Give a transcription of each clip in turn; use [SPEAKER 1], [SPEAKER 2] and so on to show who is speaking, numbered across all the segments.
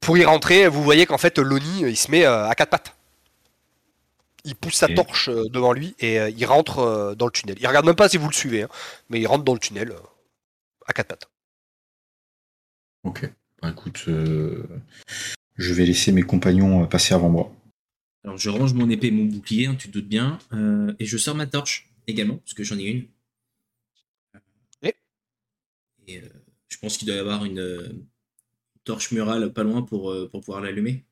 [SPEAKER 1] Pour y rentrer, vous voyez qu'en fait, Lonnie, il se met euh, à quatre pattes. Il pousse sa
[SPEAKER 2] Ok.
[SPEAKER 1] torche euh, devant lui et euh, il rentre euh, dans le tunnel. Il regarde même pas si vous le suivez, hein, mais il rentre dans le tunnel euh, à quatre pattes.
[SPEAKER 2] Ok. Bah, écoute, euh, je vais laisser mes compagnons euh, passer avant moi.
[SPEAKER 3] Alors je range mon épée et mon bouclier, hein, tu te doutes bien, euh, et je sors ma torche également, parce que j'en ai une.
[SPEAKER 1] Ouais.
[SPEAKER 3] Et euh, je pense qu'il doit y avoir une euh, torche murale pas loin pour, euh, pour pouvoir l'allumer.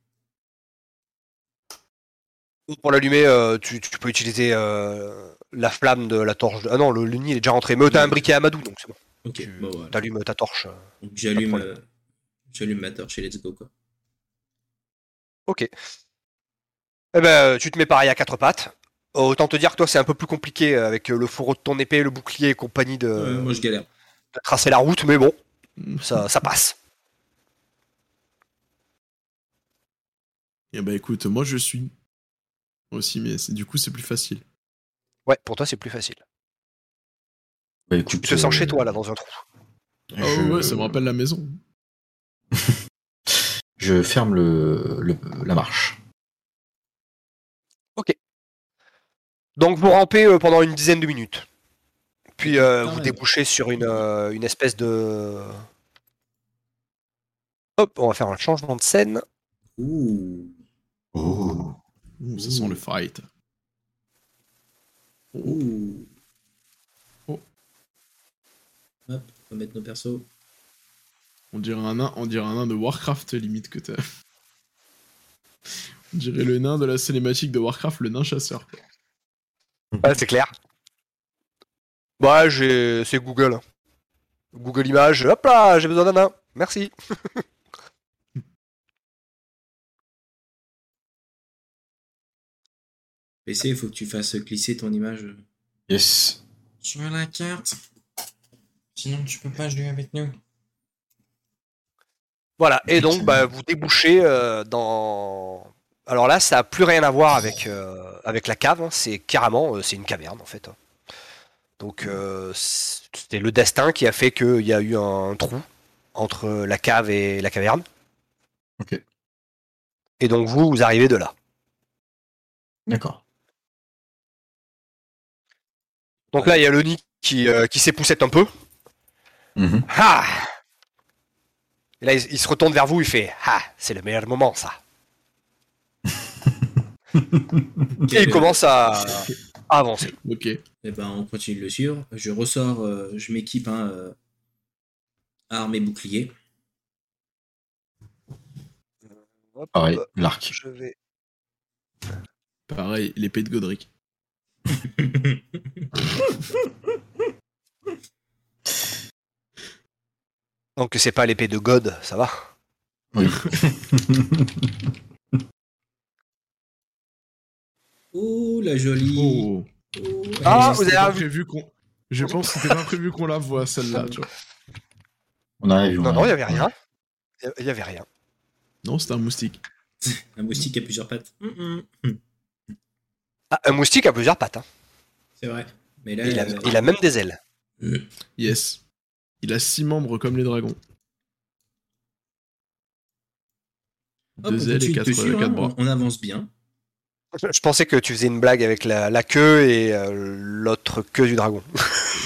[SPEAKER 1] Pour l'allumer, euh, tu, tu peux utiliser euh, la flamme de la torche. de- Ah non, le, le nid il est déjà rentré. Mais t'as un briquet à Madou, donc c'est bon.
[SPEAKER 3] Ok, Bah
[SPEAKER 1] Tu
[SPEAKER 3] bon voilà.
[SPEAKER 1] allumes ta torche.
[SPEAKER 3] Donc j'allume
[SPEAKER 1] pas de
[SPEAKER 3] euh, j'allume ma torche et let's go quoi.
[SPEAKER 1] Eh ben, tu te mets pareil à quatre pattes. Euh, Autant te dire que toi, c'est un peu plus compliqué avec euh, le fourreau de ton épée, le bouclier et compagnie de,
[SPEAKER 3] Euh, moi je galère.
[SPEAKER 1] de tracer la route, mais bon, ça, ça passe.
[SPEAKER 4] Eh bah écoute, moi je suis. Aussi, mais c'est- du coup c'est plus facile.
[SPEAKER 1] Ouais, pour toi, c'est plus facile.
[SPEAKER 2] Bah, écoute,
[SPEAKER 1] Tu te sens
[SPEAKER 2] euh,
[SPEAKER 1] chez toi, là, dans un trou.
[SPEAKER 4] Ah
[SPEAKER 2] je-
[SPEAKER 4] ouais, ça me rappelle la maison.
[SPEAKER 2] Je ferme le, le- la marche.
[SPEAKER 1] Donc, vous rampez euh, pendant une dizaine de minutes. Puis, euh, vous
[SPEAKER 3] mal.
[SPEAKER 1] débouchez sur une, euh, une espèce de. Hop, on va faire un changement de scène.
[SPEAKER 3] Ouh.
[SPEAKER 2] Oh.
[SPEAKER 4] Ouh, ça sent le fight.
[SPEAKER 3] Ouh.
[SPEAKER 4] Oh.
[SPEAKER 3] Hop, on va mettre nos persos.
[SPEAKER 4] On dirait un nain, on dirait un nain de Warcraft limite que t'as. On dirait le nain de la cinématique de Warcraft, le nain chasseur. quoi.
[SPEAKER 1] Ouais, c'est clair. Bah, j'ai... c'est Google. hein. Google Images, hop là, j'ai besoin d'un nain. Merci.
[SPEAKER 3] PC, il faut que tu fasses glisser ton image.
[SPEAKER 2] Yes.
[SPEAKER 3] Tu veux la carte Sinon tu peux pas jouer avec nous.
[SPEAKER 1] Voilà, et donc bah, vous débouchez euh, dans... Alors là, ça n'a plus rien à voir avec, euh, avec la cave, hein. c'est carrément euh, c'est une caverne en fait. hein. Donc euh, c'était le destin qui a fait qu'il y a eu un trou entre la cave et la caverne.
[SPEAKER 2] Ok.
[SPEAKER 1] Et donc vous, vous arrivez de là.
[SPEAKER 2] D'accord.
[SPEAKER 1] Donc là, il y a Lonnie qui, euh, qui s'époussette un peu.
[SPEAKER 2] Mhm.
[SPEAKER 1] Ah Et là, il, il se retourne vers vous, il fait Ah, c'est le meilleur moment, ça. Et il commence à, à avancer.
[SPEAKER 4] Ok.
[SPEAKER 3] Eh ben, on continue de le suivre. Je ressors, euh, je m'équipe hein, euh, arme et bouclier.
[SPEAKER 1] Hop,
[SPEAKER 2] Pareil,
[SPEAKER 1] euh,
[SPEAKER 2] l'arc.
[SPEAKER 1] je vais.
[SPEAKER 4] Pareil, l'épée de Godric.
[SPEAKER 1] Tant que c'est pas l'épée de God, ça va.
[SPEAKER 2] Oui.
[SPEAKER 3] Oh la jolie.
[SPEAKER 4] Oh.
[SPEAKER 3] Oh, elle
[SPEAKER 1] Ah,
[SPEAKER 3] est-
[SPEAKER 1] vous avez
[SPEAKER 4] C'était pas
[SPEAKER 1] un-
[SPEAKER 4] prévu qu'on. Je pense que c'était pas prévu qu'on la voit celle-là. tu vois.
[SPEAKER 2] on arrive.
[SPEAKER 1] Non,
[SPEAKER 2] on
[SPEAKER 1] non, il y
[SPEAKER 2] arrive.
[SPEAKER 1] avait rien. Il y avait rien.
[SPEAKER 4] Non, c'était un moustique.
[SPEAKER 3] Un moustique à plusieurs pattes. Hum, hum.
[SPEAKER 1] Ah, un moustique a plusieurs pattes. hein.
[SPEAKER 3] C'est vrai. Mais là,
[SPEAKER 1] Il, a,
[SPEAKER 3] euh,
[SPEAKER 1] il a même des ailes.
[SPEAKER 4] Yes. Il a six membres comme les dragons.
[SPEAKER 3] hop, on
[SPEAKER 4] Deux ailes
[SPEAKER 3] continue Oh, bah, de
[SPEAKER 4] et quatre,
[SPEAKER 3] te suivre,
[SPEAKER 4] quatre
[SPEAKER 3] hein,
[SPEAKER 4] bras.
[SPEAKER 3] On, on avance bien.
[SPEAKER 1] Je je pensais que tu faisais une blague avec la, la queue et euh, l'autre queue du dragon.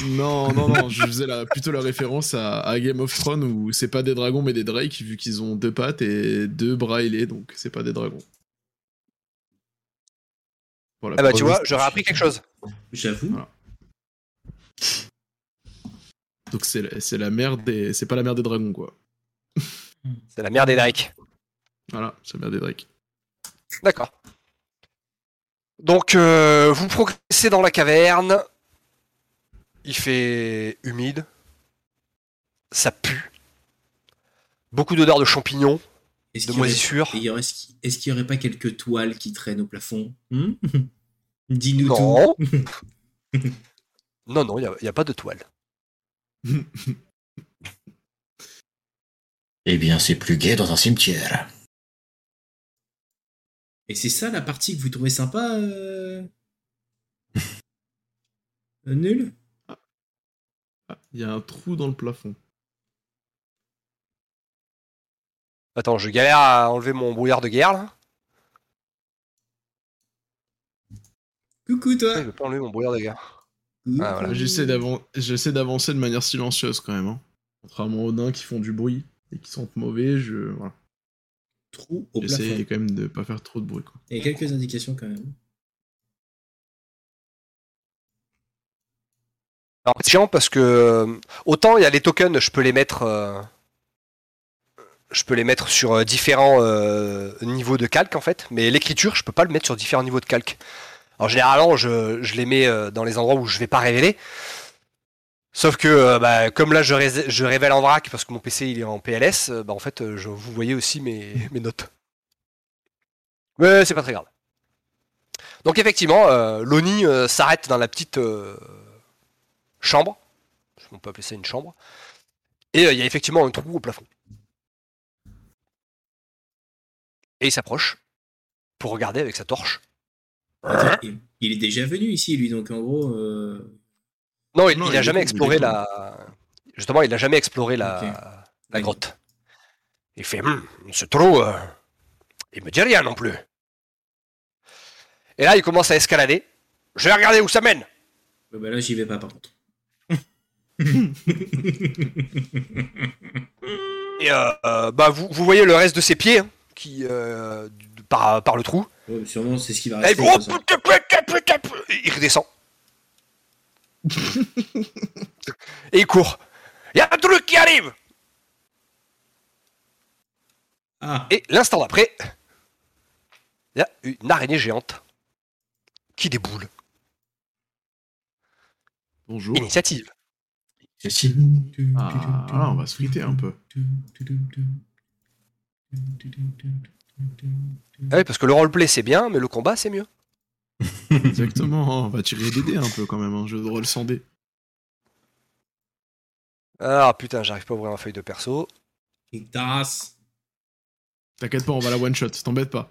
[SPEAKER 4] Non, non, non, je faisais la- plutôt la référence à, à Game of Thrones où c'est pas des dragons mais des drakes vu qu'ils ont deux pattes et deux bras ailés donc c'est pas des dragons. Voilà,
[SPEAKER 1] Ah bah, tu
[SPEAKER 4] pour-
[SPEAKER 1] vois, j'aurais appris quelque chose.
[SPEAKER 3] J'avoue.
[SPEAKER 4] Donc c'est la- c'est la mère des. C'est pas la mère des dragons quoi.
[SPEAKER 1] C'est la merde des likes.
[SPEAKER 4] Voilà, c'est la mère des drakes.
[SPEAKER 1] D'accord. Donc, euh, vous progressez dans la caverne. Il fait humide. Ça pue. Beaucoup d'odeurs de champignons,
[SPEAKER 3] Est-ce
[SPEAKER 1] de
[SPEAKER 3] qu'il y aurait-
[SPEAKER 1] moisissures.
[SPEAKER 3] et il y aurait- Est-ce qu'il est-ce qu'il y aurait pas quelques toiles qui traînent au plafond Hum Dis-nous tout.
[SPEAKER 1] Non. non, non, il n'y a, pas de toile.
[SPEAKER 2] Eh bien, c'est plus gai dans un cimetière.
[SPEAKER 3] Et c'est ça la partie que vous trouvez sympa euh... euh, Nul
[SPEAKER 4] Ah, Il y a un trou dans le plafond.
[SPEAKER 1] Attends, je galère à enlever mon brouillard de guerre là.
[SPEAKER 3] Coucou
[SPEAKER 1] Je
[SPEAKER 3] toi
[SPEAKER 1] vais pas enlever mon brouillard de guerre. Ah, voilà.
[SPEAKER 4] J'essaie d'avan- j'essaie d'avancer de manière silencieuse quand même. hein. Contrairement aux nains qui font du bruit et qui sentent mauvais, je voilà.
[SPEAKER 3] Trou au plafond.
[SPEAKER 4] j'essaie quand même de pas faire trop de bruit. Quoi.
[SPEAKER 3] Il y a quelques indications quand même.
[SPEAKER 1] Alors, c'est chiant parce que euh, autant il y a les tokens, je peux les mettre, euh, je peux les mettre sur euh, différents euh, niveaux de calque en fait, mais l'écriture, je peux pas le mettre sur différents niveaux de calque. Alors généralement, je, je les mets euh, dans les endroits où je vais pas révéler. Sauf que euh, bah, comme là, je, rés- je révèle en vrac parce que mon PC il est en PLS, euh, bah, en fait, euh, je, vous voyez aussi mes, mes notes. Mais c'est pas très grave. Donc effectivement, euh, Loni euh, s'arrête dans la petite euh, chambre. On peut appeler ça une chambre. Et euh, il y a effectivement un trou au plafond. Et il s'approche pour regarder avec sa torche.
[SPEAKER 3] Attends, il- il est déjà venu ici, lui, donc en gros. euh,
[SPEAKER 1] Non, il
[SPEAKER 4] Non,
[SPEAKER 1] il
[SPEAKER 4] il
[SPEAKER 1] a
[SPEAKER 4] est
[SPEAKER 1] jamais
[SPEAKER 4] con, il est
[SPEAKER 1] exploré
[SPEAKER 4] con.
[SPEAKER 1] la. Justement, il n'a jamais exploré la,
[SPEAKER 3] Ok.
[SPEAKER 1] la grotte. Il fait Hum, ce trou, euh, il me dit rien non plus. Et là, il commence à escalader. Je vais regarder où ça mène.
[SPEAKER 3] Bah, bah là, j'y vais pas par contre.
[SPEAKER 1] Et euh, euh, bah, vous, vous voyez le reste de ses pieds hein, qui euh, du- par, par le trou.
[SPEAKER 3] Ouais, mais Oh, sûrement, c'est ce qui va
[SPEAKER 1] Et
[SPEAKER 3] rester.
[SPEAKER 1] il,
[SPEAKER 3] de
[SPEAKER 1] fait, Oh,
[SPEAKER 3] toute façon.
[SPEAKER 1] putain, putain, putain, putain Il redescend. Et il court. Il y a un truc qui arrive
[SPEAKER 3] Ah,
[SPEAKER 1] Et l'instant d'après, il y a une araignée géante qui déboule.
[SPEAKER 4] Bonjour.
[SPEAKER 1] Initiative.
[SPEAKER 4] Ah, voilà, on va se friter un peu.
[SPEAKER 1] Ah oui, parce que le roleplay c'est bien, mais le combat c'est mieux.
[SPEAKER 4] Exactement. hein, On va tirer des dés un peu quand même. Un jeu de rôle sans dés.
[SPEAKER 1] Ah putain, j'arrive pas à ouvrir ma feuille de perso.
[SPEAKER 3] une tasse.
[SPEAKER 4] T'inquiète pas, on va la one shot. T'embête pas.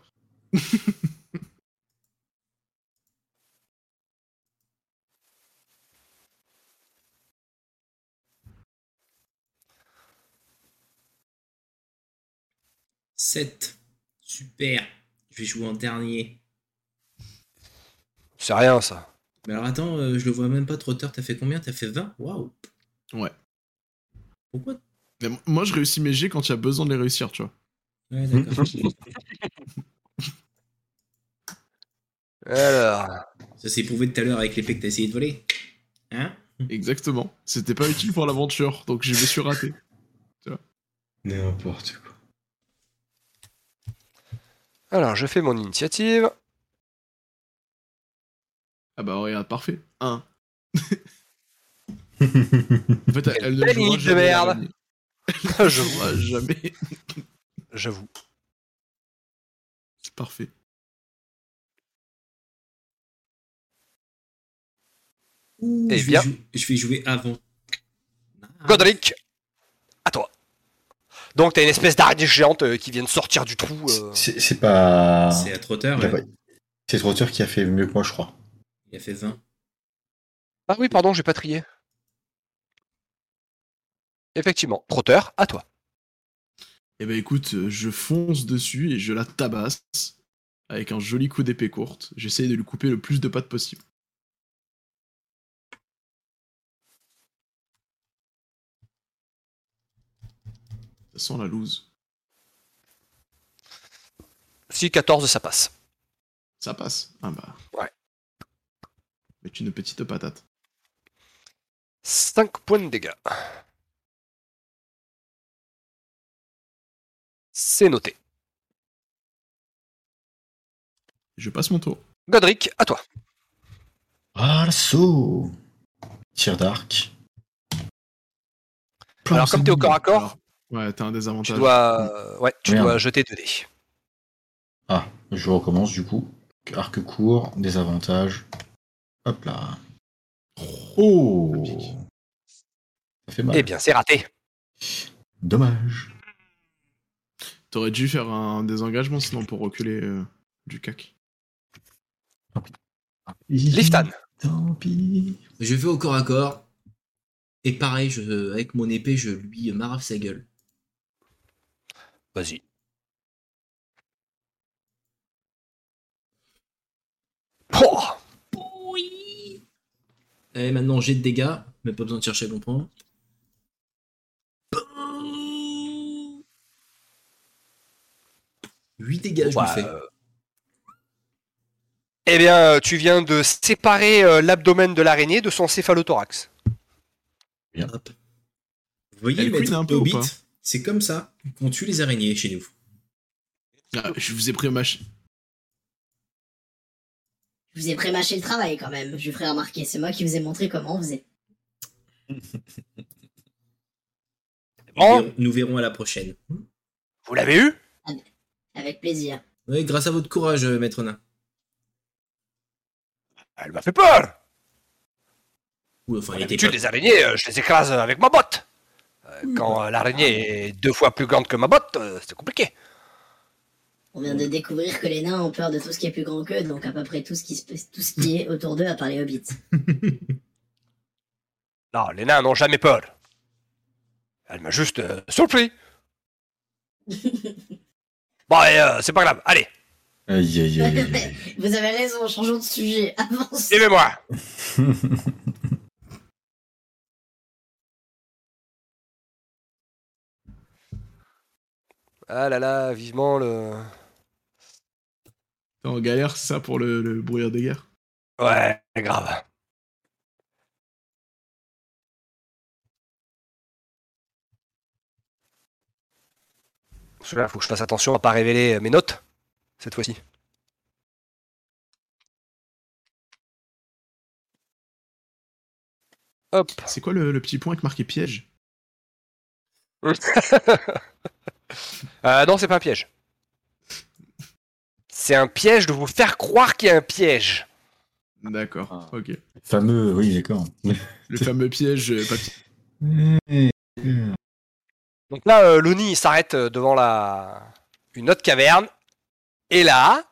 [SPEAKER 3] Sept. Super. Je vais jouer en dernier.
[SPEAKER 1] C'est rien ça.
[SPEAKER 3] Mais alors attends, euh, je le vois même pas trop tard. T'as fait combien T'as fait 20 Waouh.
[SPEAKER 4] Ouais.
[SPEAKER 3] Pourquoi
[SPEAKER 4] Mais m- moi, je réussis mes jets quand il y a besoin de les réussir, tu vois.
[SPEAKER 3] Ouais, d'accord.
[SPEAKER 1] Alors.
[SPEAKER 3] Ça s'est prouvé tout à l'heure avec l'épée que t'as essayé de voler. Hein
[SPEAKER 4] Exactement. C'était pas utile pour l'aventure, donc je me suis raté.
[SPEAKER 2] N'importe quoi.
[SPEAKER 1] Alors je fais mon initiative.
[SPEAKER 4] Ah bah regarde, parfait. Un. En fait, elle ne
[SPEAKER 1] Belle
[SPEAKER 4] jouera
[SPEAKER 1] limite de
[SPEAKER 4] jamais,
[SPEAKER 1] merde.
[SPEAKER 4] Rami.
[SPEAKER 1] Je
[SPEAKER 4] Elle ne jouera jamais.
[SPEAKER 1] J'avoue.
[SPEAKER 4] C'est parfait.
[SPEAKER 3] Ouh,
[SPEAKER 1] Eh
[SPEAKER 3] je,
[SPEAKER 1] bien.
[SPEAKER 3] Vais jouer, je vais jouer avant. Ah.
[SPEAKER 1] Godric, à toi. Donc t'as une espèce d'araignée géante euh, qui vient de sortir du trou. euh.
[SPEAKER 2] C'est c'est pas.
[SPEAKER 3] C'est à trop tard.
[SPEAKER 2] Il a
[SPEAKER 3] ouais.
[SPEAKER 2] Ah. pas- C'est Trotter qui a fait mieux que moi, je crois.
[SPEAKER 3] Il a fait 20.
[SPEAKER 1] Ah oui, pardon, j'ai pas trié. Effectivement, Trotteur, à toi.
[SPEAKER 4] Eh ben écoute, euh, je fonce dessus et je la tabasse avec un joli coup d'épée courte. J'essaye de lui couper le plus de pattes possible. Ça sent la loose.
[SPEAKER 1] Si 14, ça passe.
[SPEAKER 4] Ça passe. Ah bah.
[SPEAKER 1] Ouais.
[SPEAKER 4] Mais une petite patate.
[SPEAKER 1] 5 points de dégâts. C'est noté.
[SPEAKER 4] Je passe mon tour.
[SPEAKER 1] Godric, à toi.
[SPEAKER 2] Ah, le saut Tir d'arc.
[SPEAKER 1] Alors comme t'es au corps à corps,
[SPEAKER 4] Alors, ouais, t'as un
[SPEAKER 1] tu
[SPEAKER 4] désavantage.
[SPEAKER 1] dois, euh, ouais, tu
[SPEAKER 2] Merde.
[SPEAKER 1] dois jeter 2 dés.
[SPEAKER 2] Ah, je recommence du coup. Arc court, désavantage. Hop là. Oh
[SPEAKER 4] pique.
[SPEAKER 2] Ça fait mal.
[SPEAKER 1] Eh bien, c'est raté.
[SPEAKER 2] Dommage.
[SPEAKER 4] T'aurais dû faire un désengagement sinon pour reculer euh, du cac.
[SPEAKER 1] Liftan,
[SPEAKER 2] Tant pis.
[SPEAKER 3] Je vais au corps à corps. Et pareil, je, avec mon épée, je lui marave sa gueule.
[SPEAKER 1] vas-y. Oh
[SPEAKER 3] Oui Allez, maintenant, j'ai de dégâts, mais pas besoin de chercher à comprendre. Boum 8 dégâts, je
[SPEAKER 1] Bah,
[SPEAKER 3] lui fais.
[SPEAKER 1] euh, Eh bien, euh, tu viens de séparer euh, l'abdomen de l'araignée de son céphalothorax.
[SPEAKER 3] Hop. Vous voyez,
[SPEAKER 4] Elle
[SPEAKER 3] maître
[SPEAKER 4] queen un peu ou
[SPEAKER 3] Hobbit,
[SPEAKER 4] pas
[SPEAKER 3] c'est comme ça qu'on tue les araignées chez nous.
[SPEAKER 4] Ah, je vous ai pris au mach...
[SPEAKER 5] Je vous ai prémâché le travail quand même, je vous ferai remarquer. C'est moi qui vous ai montré comment on faisait.
[SPEAKER 3] Nous
[SPEAKER 1] Oh.
[SPEAKER 3] verrons- Nous verrons à la prochaine.
[SPEAKER 1] Vous l'avez eu
[SPEAKER 5] Avec plaisir.
[SPEAKER 3] Oui, grâce à votre courage, euh, maître nain.
[SPEAKER 1] Elle m'a fait peur
[SPEAKER 3] Ou enfin, il était
[SPEAKER 1] D'habitude,
[SPEAKER 3] pas-
[SPEAKER 1] les araignées, euh, je les écrase avec ma botte. Euh,
[SPEAKER 3] Hmm.
[SPEAKER 1] Quand euh, l'araignée est deux fois plus grande que ma botte, euh, c'est compliqué.
[SPEAKER 5] On vient de découvrir que les nains ont peur de tout ce qui est plus grand qu'eux, donc à peu près tout ce qui, se- tout ce qui est autour d'eux à part les hobbits.
[SPEAKER 1] Non, les nains n'ont jamais peur. Elle m'a juste euh, surpris. Bon, et, euh, c'est pas grave. Allez,
[SPEAKER 2] Aïe, aïe, aïe, aïe, aïe.
[SPEAKER 5] vous avez raison, changeons de sujet. Avancez.
[SPEAKER 1] suivez-moi. Ah là là, vivement le...
[SPEAKER 4] T'es en galère, c'est ça, pour le, le brouillard de guerre
[SPEAKER 1] Ouais, grave. Cela, faut que je fasse attention à pas révéler euh, mes notes cette fois-ci. Hop.
[SPEAKER 4] C'est quoi le, le petit point avec marqué piège
[SPEAKER 1] Euh, non, c'est pas un piège. C'est un piège de vous faire croire qu'il y a un piège.
[SPEAKER 4] D'accord,
[SPEAKER 2] Ah.
[SPEAKER 4] ok.
[SPEAKER 2] Fameux, oui, d'accord.
[SPEAKER 4] Le fameux piège euh, papier.
[SPEAKER 1] Donc là, euh, Loni il s'arrête euh, devant la une autre caverne. Et là,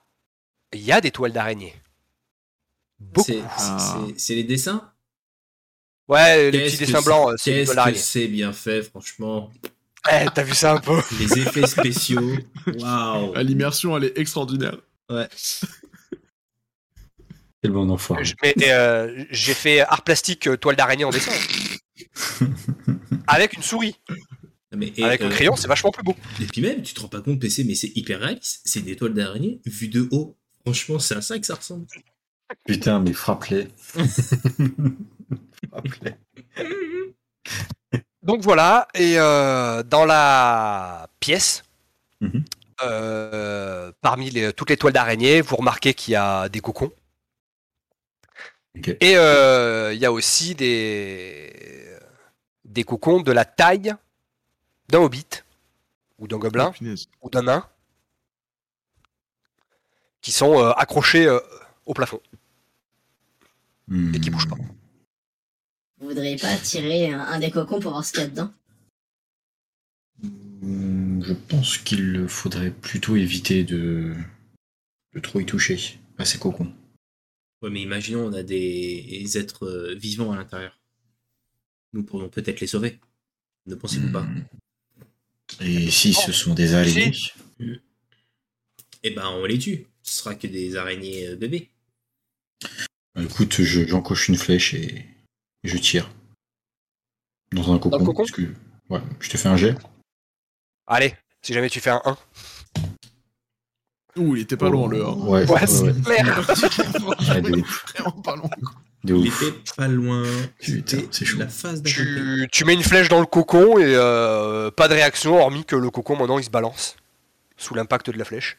[SPEAKER 1] il y a des toiles d'araignée. Beaucoup.
[SPEAKER 3] C'est- c'est-
[SPEAKER 4] Ah.
[SPEAKER 3] c'est- C'est les dessins
[SPEAKER 1] Ouais, les
[SPEAKER 3] Qu'est-ce
[SPEAKER 1] petits
[SPEAKER 3] que
[SPEAKER 1] dessins
[SPEAKER 3] c'est-
[SPEAKER 1] blancs, euh, c'est des
[SPEAKER 3] Qu'est-ce
[SPEAKER 1] toiles
[SPEAKER 3] que
[SPEAKER 1] d'araignée.
[SPEAKER 3] c'est bien fait, franchement.
[SPEAKER 1] Eh, t'as vu ça un peu
[SPEAKER 3] Les effets spéciaux. Waouh.
[SPEAKER 4] Ah, L'immersion, elle est extraordinaire.
[SPEAKER 2] Quel bon enfant.
[SPEAKER 1] Je mets, euh, J'ai fait art plastique euh, toile d'araignée en dessin. Avec une souris.
[SPEAKER 3] Non, mais, et,
[SPEAKER 1] Avec le
[SPEAKER 3] euh,
[SPEAKER 1] crayon, c'est vachement plus beau.
[SPEAKER 3] Et puis même, tu te rends pas compte, PC, mais c'est hyper réaliste. C'est des toiles d'araignée vues de haut. Franchement, c'est à ça que ça ressemble.
[SPEAKER 2] Putain, mais frappe-les. frappe-les.
[SPEAKER 1] Donc voilà, et euh, dans la pièce,
[SPEAKER 2] Mhm.
[SPEAKER 1] euh, parmi les- toutes les toiles d'araignée, vous remarquez qu'il y a des cocons.
[SPEAKER 2] Ok.
[SPEAKER 1] Et euh, il y a aussi des, des cocons de la taille d'un hobbit, ou d'un
[SPEAKER 2] Ah.
[SPEAKER 1] gobelin,
[SPEAKER 4] Punaise.
[SPEAKER 1] ou d'un nain, qui sont euh, accrochés euh, au plafond
[SPEAKER 2] Hmm.
[SPEAKER 1] et qui bougent pas.
[SPEAKER 5] Vous voudriez pas tirer un, un des cocons pour voir ce qu'il y a dedans
[SPEAKER 2] Hmm, Je pense qu'il faudrait plutôt éviter de, de trop y toucher Bah, à ces cocons.
[SPEAKER 3] Ouais, mais imaginons, on a des, des êtres euh, vivants à l'intérieur. Nous pourrions peut-être les sauver. Ne pensez-vous pas
[SPEAKER 2] Hmm. Et si ce sont des aliens
[SPEAKER 3] Eh ben, on les tue. Ce sera que des araignées euh, bébés.
[SPEAKER 2] Bah, Écoute, je- j'encoche une flèche et et je tire. Dans un cocon.
[SPEAKER 1] cocon
[SPEAKER 2] parce que, ouais, je te fais un jet.
[SPEAKER 1] Allez, si jamais tu fais un 1.
[SPEAKER 4] Ouh, il était pas loin, le 1.
[SPEAKER 2] Oh. Ouais, ouais, ouais.
[SPEAKER 1] clair.
[SPEAKER 2] Ouais, de ouf.
[SPEAKER 4] Vraiment pas loin.
[SPEAKER 2] De
[SPEAKER 3] Il
[SPEAKER 2] ouf.
[SPEAKER 3] était pas loin.
[SPEAKER 2] Putain,
[SPEAKER 3] C'était
[SPEAKER 2] c'est chaud.
[SPEAKER 3] La phase d'un cocktail.
[SPEAKER 1] Tu, tu mets une flèche dans le cocon et euh, pas de réaction hormis que le cocon maintenant il se balance sous l'impact de la flèche.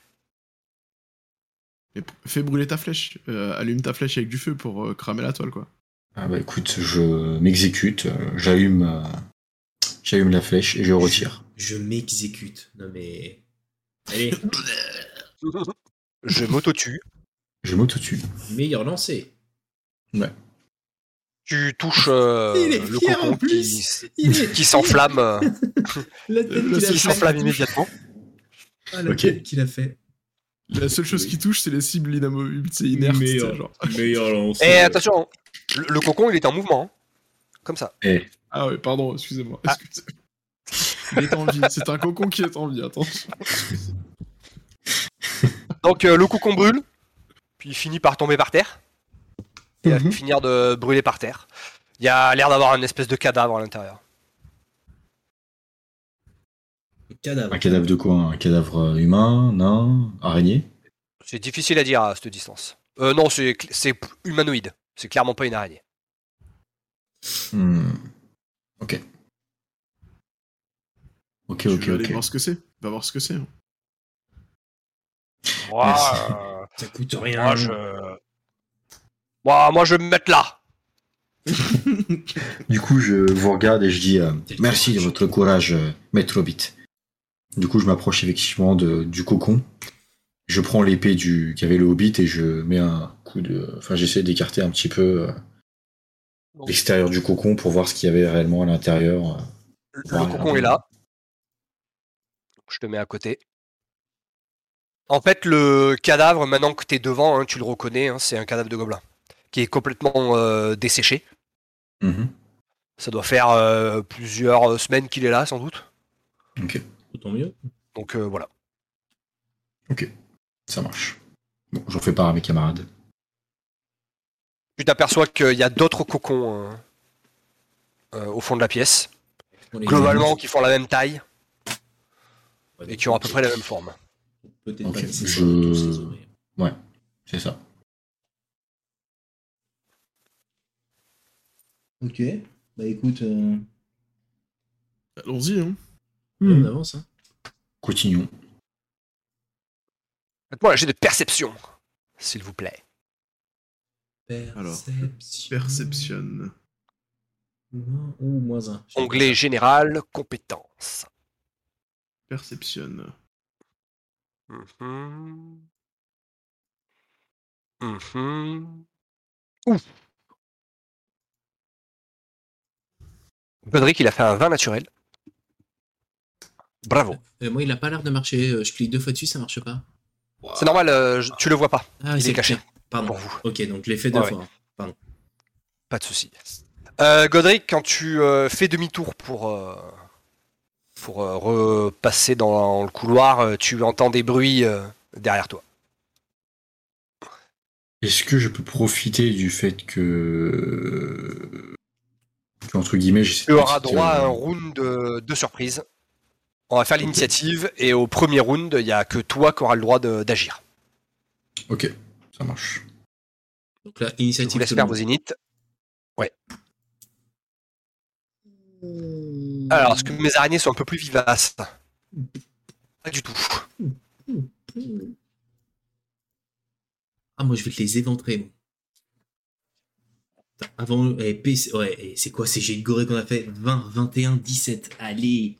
[SPEAKER 4] Mais p- Fais brûler ta flèche. Euh, allume ta flèche avec du feu pour euh, cramer la toile, quoi.
[SPEAKER 2] Ah bah écoute, je m'exécute, euh, j'allume euh, j'allume la flèche et je retire.
[SPEAKER 3] Je m'exécute. Non, mais. Allez,
[SPEAKER 1] Je m'auto-tue.
[SPEAKER 2] Je m'auto-tue.
[SPEAKER 3] meilleur lancé.
[SPEAKER 1] Tu touches euh,
[SPEAKER 3] Il est
[SPEAKER 1] le
[SPEAKER 3] fier
[SPEAKER 1] cocon
[SPEAKER 3] en plus.
[SPEAKER 1] qui,
[SPEAKER 3] Il est-
[SPEAKER 1] qui s'enflamme, euh,
[SPEAKER 3] La tête
[SPEAKER 4] Euh,
[SPEAKER 3] qu'il
[SPEAKER 4] le
[SPEAKER 3] a
[SPEAKER 1] qui
[SPEAKER 4] seul
[SPEAKER 3] fait.
[SPEAKER 1] s'enflamme immédiatement.
[SPEAKER 3] Ah, la
[SPEAKER 2] Ok.
[SPEAKER 3] tête qu'il a fait.
[SPEAKER 4] La seule chose qui touche, c'est les cibles inamovibles, c'est inerte.
[SPEAKER 3] Mais,
[SPEAKER 4] c'est
[SPEAKER 3] euh,
[SPEAKER 4] Genre.
[SPEAKER 3] Meilleur lancé.
[SPEAKER 1] Et attention, le, le cocon il est en mouvement, hein. comme ça.
[SPEAKER 2] Eh,
[SPEAKER 4] Ah ouais, pardon, excusez-moi.
[SPEAKER 3] Ah.
[SPEAKER 4] excusez-moi. Il est en vie, c'est un cocon qui est en vie, attends.
[SPEAKER 1] Donc euh, le cocon brûle. Puis il finit par tomber par terre. Et à
[SPEAKER 2] Mhm.
[SPEAKER 1] finir de brûler par terre. Il y a l'air d'avoir une espèce de cadavre à l'intérieur.
[SPEAKER 3] Cadavre.
[SPEAKER 2] Un cadavre de quoi Un cadavre humain, nain, araignée
[SPEAKER 1] C'est difficile à dire à cette distance. Euh, non, c'est cl- c'est humanoïde. C'est clairement pas une araignée.
[SPEAKER 2] Hmm. Ok. Ok,
[SPEAKER 4] Je
[SPEAKER 2] ok,
[SPEAKER 4] vais aller
[SPEAKER 2] ok.
[SPEAKER 4] voir ce que c'est. Va voir ce que c'est. hein.
[SPEAKER 1] Moi,
[SPEAKER 2] Merci. hein.
[SPEAKER 1] euh,
[SPEAKER 3] Ça coûte rien.
[SPEAKER 1] moi, je... Moi, moi, je vais me mettre là.
[SPEAKER 2] Du coup, je vous regarde et je dis euh,
[SPEAKER 3] Quel
[SPEAKER 2] merci de
[SPEAKER 3] courage.
[SPEAKER 2] votre courage, euh, maître Hobbit. Du coup, je m'approche effectivement de- du cocon. Je prends l'épée du qu'avait le Hobbit et je mets un coup de. Enfin, j'essaie d'écarter un petit peu euh,
[SPEAKER 1] Donc,
[SPEAKER 2] l'extérieur du cocon pour voir ce qu'il y avait réellement à l'intérieur.
[SPEAKER 1] Le
[SPEAKER 2] Ouais,
[SPEAKER 1] cocon
[SPEAKER 2] ouais.
[SPEAKER 1] est là. Je te mets à côté. En fait, le cadavre, maintenant que t'es devant, hein, tu le reconnais, hein, c'est un cadavre de gobelin qui est complètement euh, desséché.
[SPEAKER 2] Mhm.
[SPEAKER 1] Ça doit faire euh, plusieurs semaines qu'il est là, sans doute.
[SPEAKER 3] Autant mieux.
[SPEAKER 1] Donc euh, voilà.
[SPEAKER 2] Ça marche. Bon, j'en fais part à mes camarades.
[SPEAKER 1] Tu t'aperçois qu'il y a d'autres cocons euh, euh, au fond de la pièce,
[SPEAKER 3] On les-
[SPEAKER 1] globalement qui font la même taille
[SPEAKER 3] Ouais,
[SPEAKER 1] et qui ont à peu près la même forme.
[SPEAKER 3] Peut-être
[SPEAKER 2] Ok,
[SPEAKER 3] pas nécessaire
[SPEAKER 2] je-
[SPEAKER 3] de tous les ouvrir.
[SPEAKER 2] C'est ça.
[SPEAKER 3] Ok. Bah écoute, euh,
[SPEAKER 4] Allons-y, hein.
[SPEAKER 3] on avance. Hein.
[SPEAKER 2] Continuons.
[SPEAKER 1] Faites-moi un jet de perception, s'il vous plaît.
[SPEAKER 4] Alors, Perception.
[SPEAKER 3] Non, ou moins un.
[SPEAKER 1] Onglet général, compétences.
[SPEAKER 4] Perception.
[SPEAKER 1] Mhm. Mhm. Ouf. Godric, il a fait un vin naturel. Bravo.
[SPEAKER 3] Euh, moi, il a pas l'air de marcher. Euh, Je clique deux fois dessus, ça marche pas.
[SPEAKER 1] C'est normal, euh, je- tu le vois pas
[SPEAKER 3] Ah,
[SPEAKER 1] Il est
[SPEAKER 3] c'est
[SPEAKER 1] caché.
[SPEAKER 3] clair. Pardon.
[SPEAKER 1] pour vous.
[SPEAKER 3] Ok, donc je l'ai fait deux
[SPEAKER 1] Ouais,
[SPEAKER 3] fois. hein.
[SPEAKER 1] Pas de souci. Euh, Godric, quand tu euh, fais demi-tour pour, euh, pour euh, repasser dans le couloir, euh, tu entends des bruits euh, derrière toi.
[SPEAKER 2] Est-ce que je peux profiter du fait que. que, entre guillemets, j'essaie
[SPEAKER 1] Tu auras
[SPEAKER 2] profiter,
[SPEAKER 1] droit à
[SPEAKER 2] euh,
[SPEAKER 1] un round de, de surprise. On va faire l'initiative et au premier round, il n'y a que toi qui auras le droit de- d'agir.
[SPEAKER 2] Ok, ça marche.
[SPEAKER 3] Donc là,
[SPEAKER 1] Je vous
[SPEAKER 3] initiative.
[SPEAKER 1] laisse
[SPEAKER 3] tout le
[SPEAKER 1] faire vos
[SPEAKER 3] monde.
[SPEAKER 1] init.
[SPEAKER 5] Hmm.
[SPEAKER 1] Alors, parce que mes araignées sont un peu plus vivaces. Pas du tout.
[SPEAKER 3] Ah, moi, je vais te les éventrer. moi. Putain, Avant, eh, PC ouais, eh, c'est quoi ces jets de gorée qu'on a fait 20, 21, 17. Allez